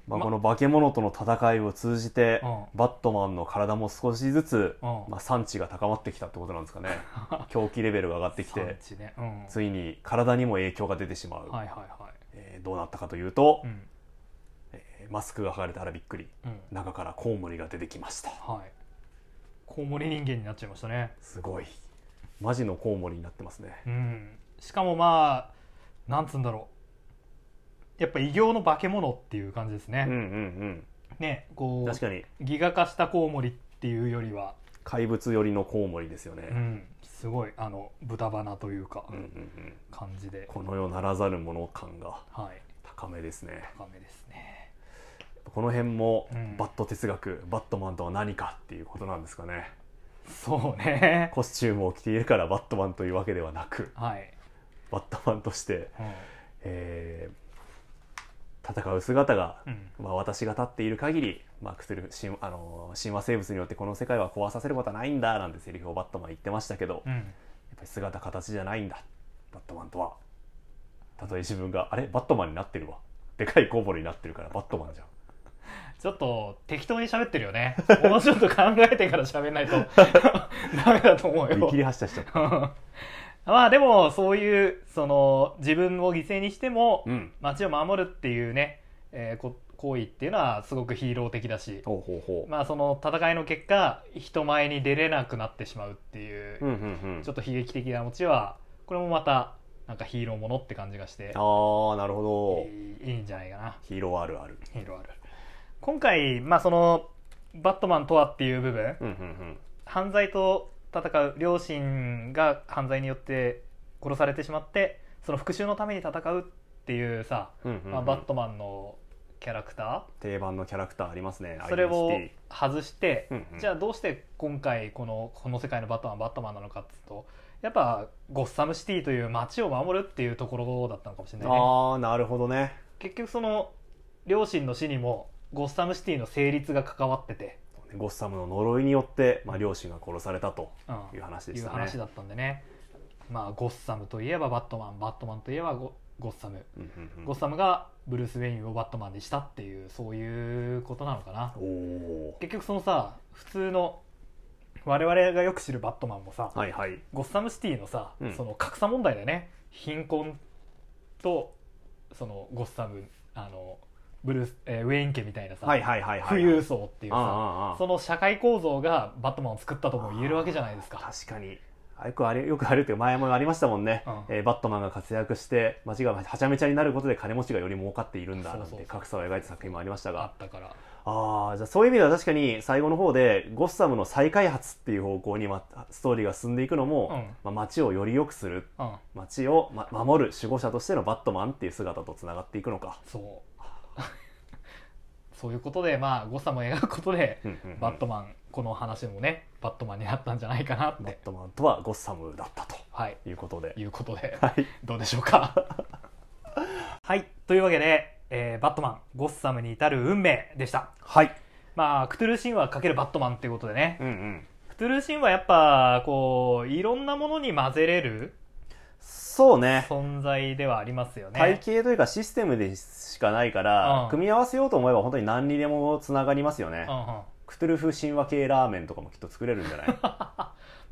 まあ、
ま
この化け物との戦いを通じて、
うん
バットマンの体も少しずつ、
うん
まあ、産地が高まってきたってことなんです かね狂気レベルが上がってき
産
て
地ね。うん。
ついに体にも影響が出てしまう、
はいはいは
えーどうなったかというと
い。う、ん。
えーマスクが剥がれたらびっくり
うん。
中からコウモリが出てきました
はい。コウモリ人間になっちゃいましたね
すごいマジのコウモリになってますね
うんしかもまあなんつうんだろうやっぱ異形の化け物っていう感じですね、
うんうん
ねこ
うん
う
確かに
ギガ化したコウモリっていうよりは、
怪物寄りのコウモリですよね、
うん、すごいあの豚鼻というか、
うんうんうん
感じで、
この世ならざるもの感が
はい
高めですね
高めですね
この辺も
うん
バット哲学、バットマンとは何かっていうことなんですかね
そうね
コスチュームを着ているからバットマンというわけではなく
はい、
バットマンとして、
うん
えー戦う姿が、
うん
まあ、私が立っている限り、まあ、クトゥルフ神あのー神話生物によってこの世界は壊させることはないんだなんてセリフをバットマン言ってましたけど、
う
やっ
ん、
ぱり姿形じゃないんだバットマンとはたとえ自分があれバットマンになってるわでかいコウモリになってるからバットマンじゃん
ちょっと適当に喋ってるよねもうちょっと考えてから喋ん ないとダメだと思う
見
よ
切り発車 しちゃった
まあでもそういうその自分を犠牲にしても
うん
街を守るっていうね、えーこ行為っていうのはすごくヒーロー的だし、
ほうほうほう、
まあ、その戦いの結果人前に出れなくなってしまうっていう、
うんうんうん
ちょっと悲劇的なオチはこれもまたなんかヒーローものって感じがして
ああなるほ
い
ど、
いいいんじゃないかな
ヒーローあるある
ヒーローある今回まあそのバットマンとはっていう部分、
うんうんうん
犯罪と戦う両親が犯罪によって殺されてしまってその復讐のために戦うっていうさ、
うんうんうん
まあ、バットマンのキャラクタ
定番のキャラクターありますね
ーそれを
アイデンティテ
外して、
うんうん
じゃあどうして今回このこの世界のバットマンバットマンなのかっつうとやっぱゴッサムシティという街を守るっていうところだったのかもしれ
ィ
ないね
ああなるほどね
結局その両親の死にもゴッサムシティの成立が関わってて、
ゴッサムの呪いによって、まあ、両親が殺されたと
うん、
いう話で
い
し
う
たね
話だったんでねまあゴッサムといえばバットマンバットマンといえばゴゴッサム、
うんうんうん
ゴッサムがブルース・ウェインをバットマンにしたっていうそういうことなのかな
おお
結局そのさ普通の我々がよく知るバットマンもさ、
はいはい
ゴッサムシティのさ、
うん
その格差問題だよね貧困とそのゴッサムあのブルース、えーウェイン家みたいなさ、
はいはいはいはい
富裕層っていう
ああ
さ
ああ
その社会構造がバットマンを作ったとも言えるわけじゃないですか
確かにあよくあれよくあるっていう前もありましたもんね、
うん
えーバットマンが活躍して街がはちゃめちゃになることで金持ちがより儲かっているんだなん
そうそうそ
て
う
格差を描いた作品もありました
あ
が
ったから
ああじゃあそういう意味では確かに最後の方でゴッサムの再開発っていう方向に、ま、ストーリーが進んでいくのも、
うん
まあ、街をより良くする
うん
街を、ま、守る守護者としてのバットマンっていう姿とつながっていくのか、
そう そういうことでまあ誤差も描くことで
うんうんうん
バットマンこの話もねバットマンになったんじゃないかなっ
バッ
て
トマンとはゴッサムだったと
はい
いうことで
いうことで
はい
どうでしょうか はいというわけで、えーバットマンゴッサムに至る運命でした
はい
まあクトゥルー神話×バットマンっていうことでね
うんうん
クトゥルー神話やっぱこういろんなものに混ぜれる
そうね
存在ではありますよね
体系というかシステムでしかないから、
うん
組み合わせようと思えば本当に何にでもつながりますよね、
うんうん
クトゥルフ神話系ラーメンとかもきっと作れるんじゃ ない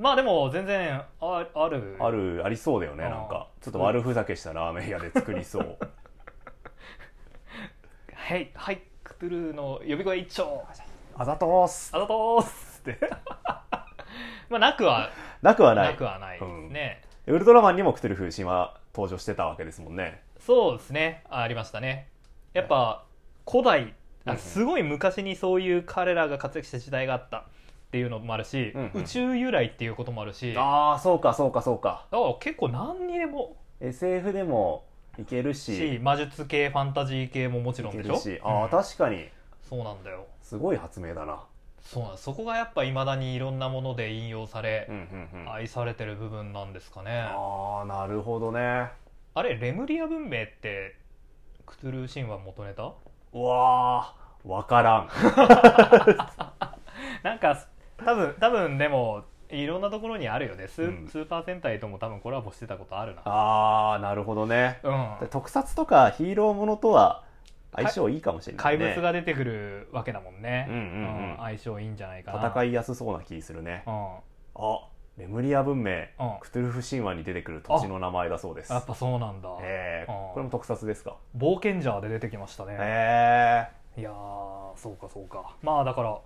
まあでも全然あある
あるありそうだよね
うん
なんかちょっと悪ふざけしたラーメン屋で作りそう
はい、はい、クトゥルーの呼び声一丁
あざとーす
あざとーす ってまあなくは
なくはな
ないくはないですね、
ウルトラマンにもクトゥルフ神話登場してたわけですもんね
そうですねあありましたねやっぱ古代
うんう
あ
ん
すごい昔にそういう彼らが活躍した時代があったっていうのもあるし、
うんうん
宇宙由来っていうこともあるしだか
ああそうかそうかそうから
結構何にでも
SF でもいける
し
し
魔術系ファンタジー系ももちろ
い
んで
け
し
る
ょ
しああ、
うん
確かに
そうなんだよ
すごい発明だな
そうなんそこがやっぱいまだにいろんなもので引用され、
うんうんうんあ
愛されてる部分なんですかね
あなるほどね
あれレムリア文明ってクトゥルー神話元ネタ
うわーわからん
なんか多分多分でもいろんなところにあるよねス,、
うん
スーパー戦隊とも多分コラボしてたことあるな
あーなるほどね
うん
特撮とかヒーローものとは相性いいかもしれな
怪
いね
物が出てくるわけだもんね、
うんうんうん
相性いいんじゃないかな
戦
い、
いやすそうな気するね
うん、や
あレムリア文明、
うん
クトゥルフ神話に出てくる土地の名前だそうです
っぱそうなんだ、
えー
うん
これも特撮ですか
冒険者で出てきましたね、
へえ
いやーそうかそうかまあだから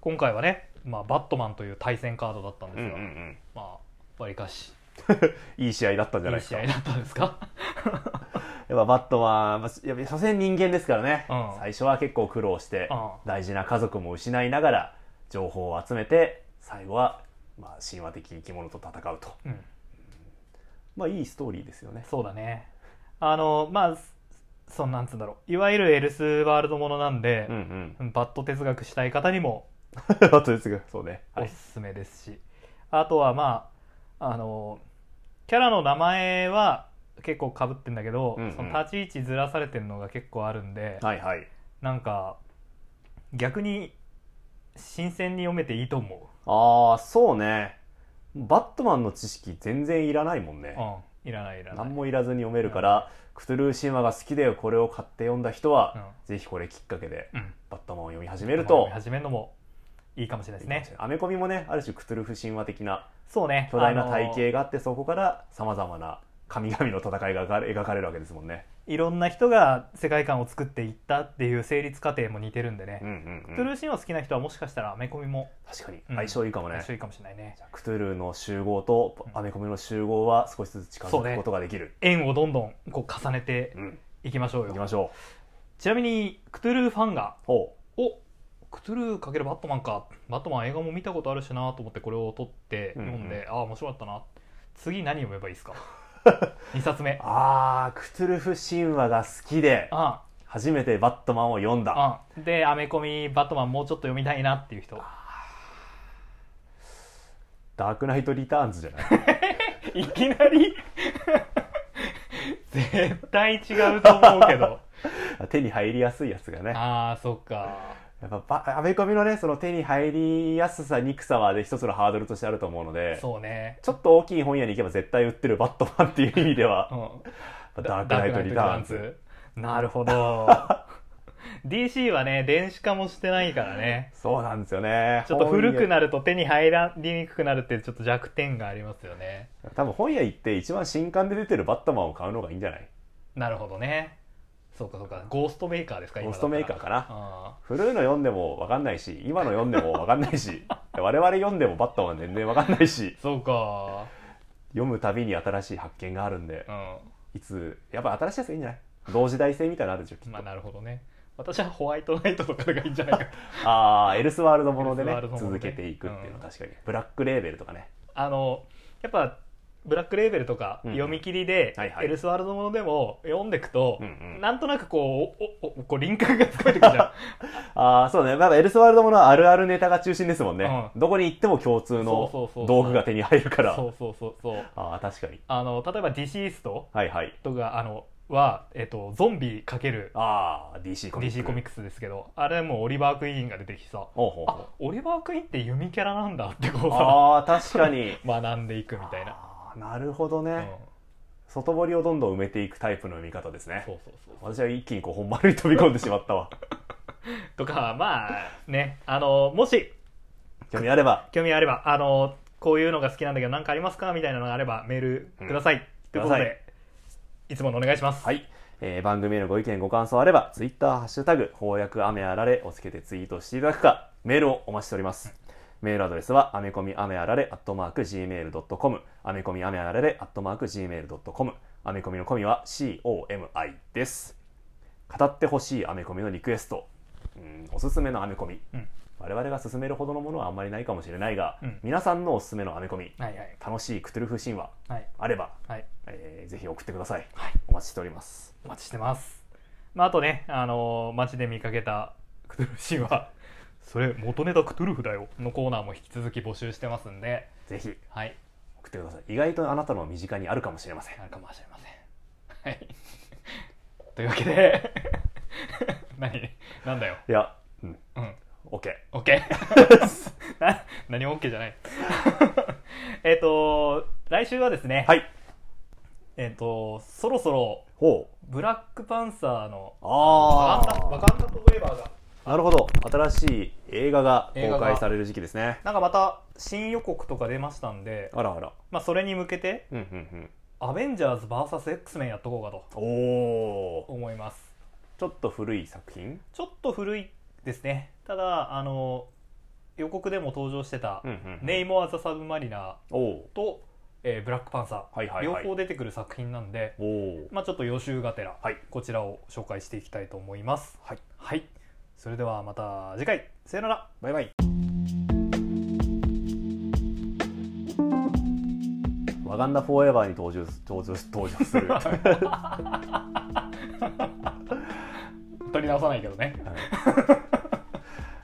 今回はね、まあ、バットマンという対戦カードだったんで
う
す
んう
が、
ん
まあわりかし
うんいい試合だったんじゃ
い
ない
い
です
試
か
合だったんですか
やっぱバットマンまあやっぱ所詮人間ですからね、
うん
最初は結構苦労して、
うん
大事な家族も失いながら情報を集めて最後は、まあ、神話的生き物と戦うと
うん
まあいいストーリーですよね
そうだねあのまあそんなんつうんだろういわゆるエルスワールドものなんで
うん、うん
バット哲学したい方にも
あとですぐそうね、は
お
い
す、すめですし、あとはまああのキャラの名前は結構かぶってんだけど、
うんうん
その立ち位置ずらされてるのが結構あるんで、
はいはい
なんか逆に新鮮に読めていいと思
ああそうねバットマンの知識全然いらないもん
う
ね、、
うん、いらないいらない
何もいらずに読めるから、クトゥルー神話が好きでこれを買って読んだ人は、ぜひこれきっかけで
うんうん、
バットマンを読み始めると、
始めるのもいいかもしれないですね
アメコミもねある種クトゥルフ神話的な
そうね
巨大な
あの
体系があってそこからさまざまな神々の戦いが描かれ描かれるわけですもんね。
いろんな人が世界観を作っていったっていう成立過程も似てるんでね、クトゥルーシンを好きな人はもしかしたらアメコミも
確かに
うん
相性いいかもね
一、緒いいかもしれないね、
じゃあクトゥルーの集合と
うん
アメコミの集合は少しずつ近
そう
づ
ね
くことができる。
縁をどんどんこう重ねて
うん、
いきましょう
行
よ
きましょ
ちなみにクトゥルーファンが
う。ほ
おクトゥルーかけるバットマンかバットマン映画も見たことあるしなと思ってこれを撮って
うんうん
読んで、ああ面白かったな次何読めばいいです か2冊目
う。
あ
あークトゥルフ神話が好きで
あ
初めてバットマンを読んだ。
ああでアメコミバットマンもうちょっと読みたいなっていう人
ダークナイトリターンズじゃない
いきなり絶対違うと思うけど
手に入りやすいやつがね。
ああそっか
やっぱばアメコミのねその手に入りやすさ憎さはね一つのハードルとしてあると思うので
そうね
ちょっと大きい本屋に行けば絶対売ってるバットマンっていう意味では
うん
ダークナイトリターンズ
なるほ ど DC はね電子化もしてないからね
そうなんですよね
ちょっと古く
い
なると手に入りにくくなるってちょっと弱点がありますよね。
多分本屋行って一番新刊で出てるバットマンを買うのがいいんじゃない
なるほどね。そうかそうか。ゴーストメーカーですか
ゴーストメーカーかな
な。
古いの読んでも分かんないし今の読んでも分かんない し我々読んでもバットマン全然分かんないし
そうか。
読むたびに新しい発見があるんで
う
いつやっぱ新しいやつがいいんじゃない同時代性みたいなのあるでしょきっと
ん。まあなるほどね。私はホワイトナイトとかがいいんじゃないかと。
ああエルスワールドもので
エ
ね
ルスワールドもの
続
ね
けていくっていうのは
うん
確かに、ブラックレーベルとかね
あの、やっぱ、ブラックレーベルとか
うん
読み切りで、
はいはい
エルスワールドものでも読んでいくと、
うんうん
なんとなくこう、おおおこう輪郭がつかめてくるじゃん。
ああそうねやっぱエルスワールドものはあるあるネタが中心ですもんね、
う
どこに行っても共
そうそう
通の
そうそう
道具が手に入るから
そうそうそうそう。
ああ確かに
あの、例えばディシースト
はいはい
とか、あの、は、えっと、ゾンビかける
ああ DC コミック
DC コミックスですけどあれもうオリバー・クイーンが出てきてさ
ほうほうほ
あオリバー・クイーンって弓キャラなんだってこう
う
さ
ああ確かに
学んでいく みたいな、
あーなるほどね、
うん、
外堀をどんどん埋めていくタイプの読み方ですね
そうそうそう
私は一気にこう本丸に飛び込んでしまったわ
とかまあねあのもし
興味あれば
興味あればあのこういうのが好きなんだけど何かありますかみたいなのがあればメールください、ということ
くださ
でいつものお願いします、
はい、えー番組へのご意見ご感想あればツイッターハッシュタグ翻訳雨あられをつけてツイートしていただくかメールをお待ちしておりますメールアドレスはアメコミ雨あられアットマーク Gmail.com アメコミ雨あられアットマーク Gmail.com アメコミのコミは COMI です語ってほしいアメコミのリクエストうんおすすめのアメコミ、
うん
我々が勧めるほどのものはあんまりないかもしれないが、
うん
皆さんのおすすめのアメコミ
はいはい
楽しいクトゥルフ神話
はい
あれば、
はい
えーぜひ送ってください
はい
お待ちしております
お待ちしてます、まあ、あとねあの街で見かけたクトゥルフ神話 それ元ネタクトゥルフだよのコーナーも引き続き募集してますんで
ぜひ
はい
送ってください意外とあなたの身近にあるかもしれません
なんかもしれません。はい。 というわけで、 何なんだよ。
いやうん
うん。
OK
オッケー な何もオッケーじゃない。 えっと、来週はですね、
はい
えっと、そろそろ、
ほう
ブラックパンサーの、
あ
ワカンダ、ワ
あ
カンダとウェーバーが、
なるほど新しい映画が
映画
公
が
開される時期ですね
なんかまた、新予告とか出ましたんで、
あらあら
まあ、それに向けて、
うんうん
アベンジャーズ VSX メンやっとこうかと
うんおお
思います。
ちょっと古い作品
ちょっと古いですねただあの予告でも登場してた「ネイ
ム
モア・ザ・サブマリナ
おお
ー」と「えーブラックパンサー」
はいはいはい
両方出てくる作品なんで、
おお
まあ、ちょっと予習がてら、
はい
こちらを紹介していきたいと思います
はい、
はい、それではまた次回さよなら
バイバイワガンダフォーエバーに登場す登場す登場する
取り直さないけどね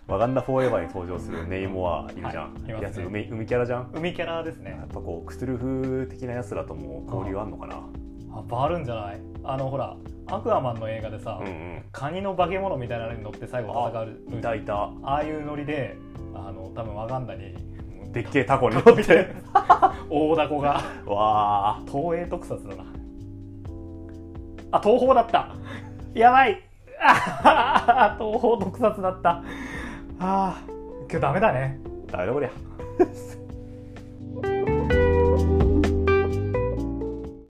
ワガンダフォーエバーに登場するネイモアいるじゃん、
はいいますね
やつ海海キャラじゃん
海キャラですね
やっぱこうクトゥルフ的なやつらとも交流あんのかな
あバーるんじゃないあのほらアクアマンの映画でさ、
うん
カニの化け物みたいなのに乗って最後戦う
うんいたいた
ああいうノリであの多分ワガンダに
でっけえタコに乗っ
みた い
て
大凧 が
わあ
東映特撮だなあ東宝だったやばいあ東宝特撮だったあー今日ダメだね
ダメだこりゃ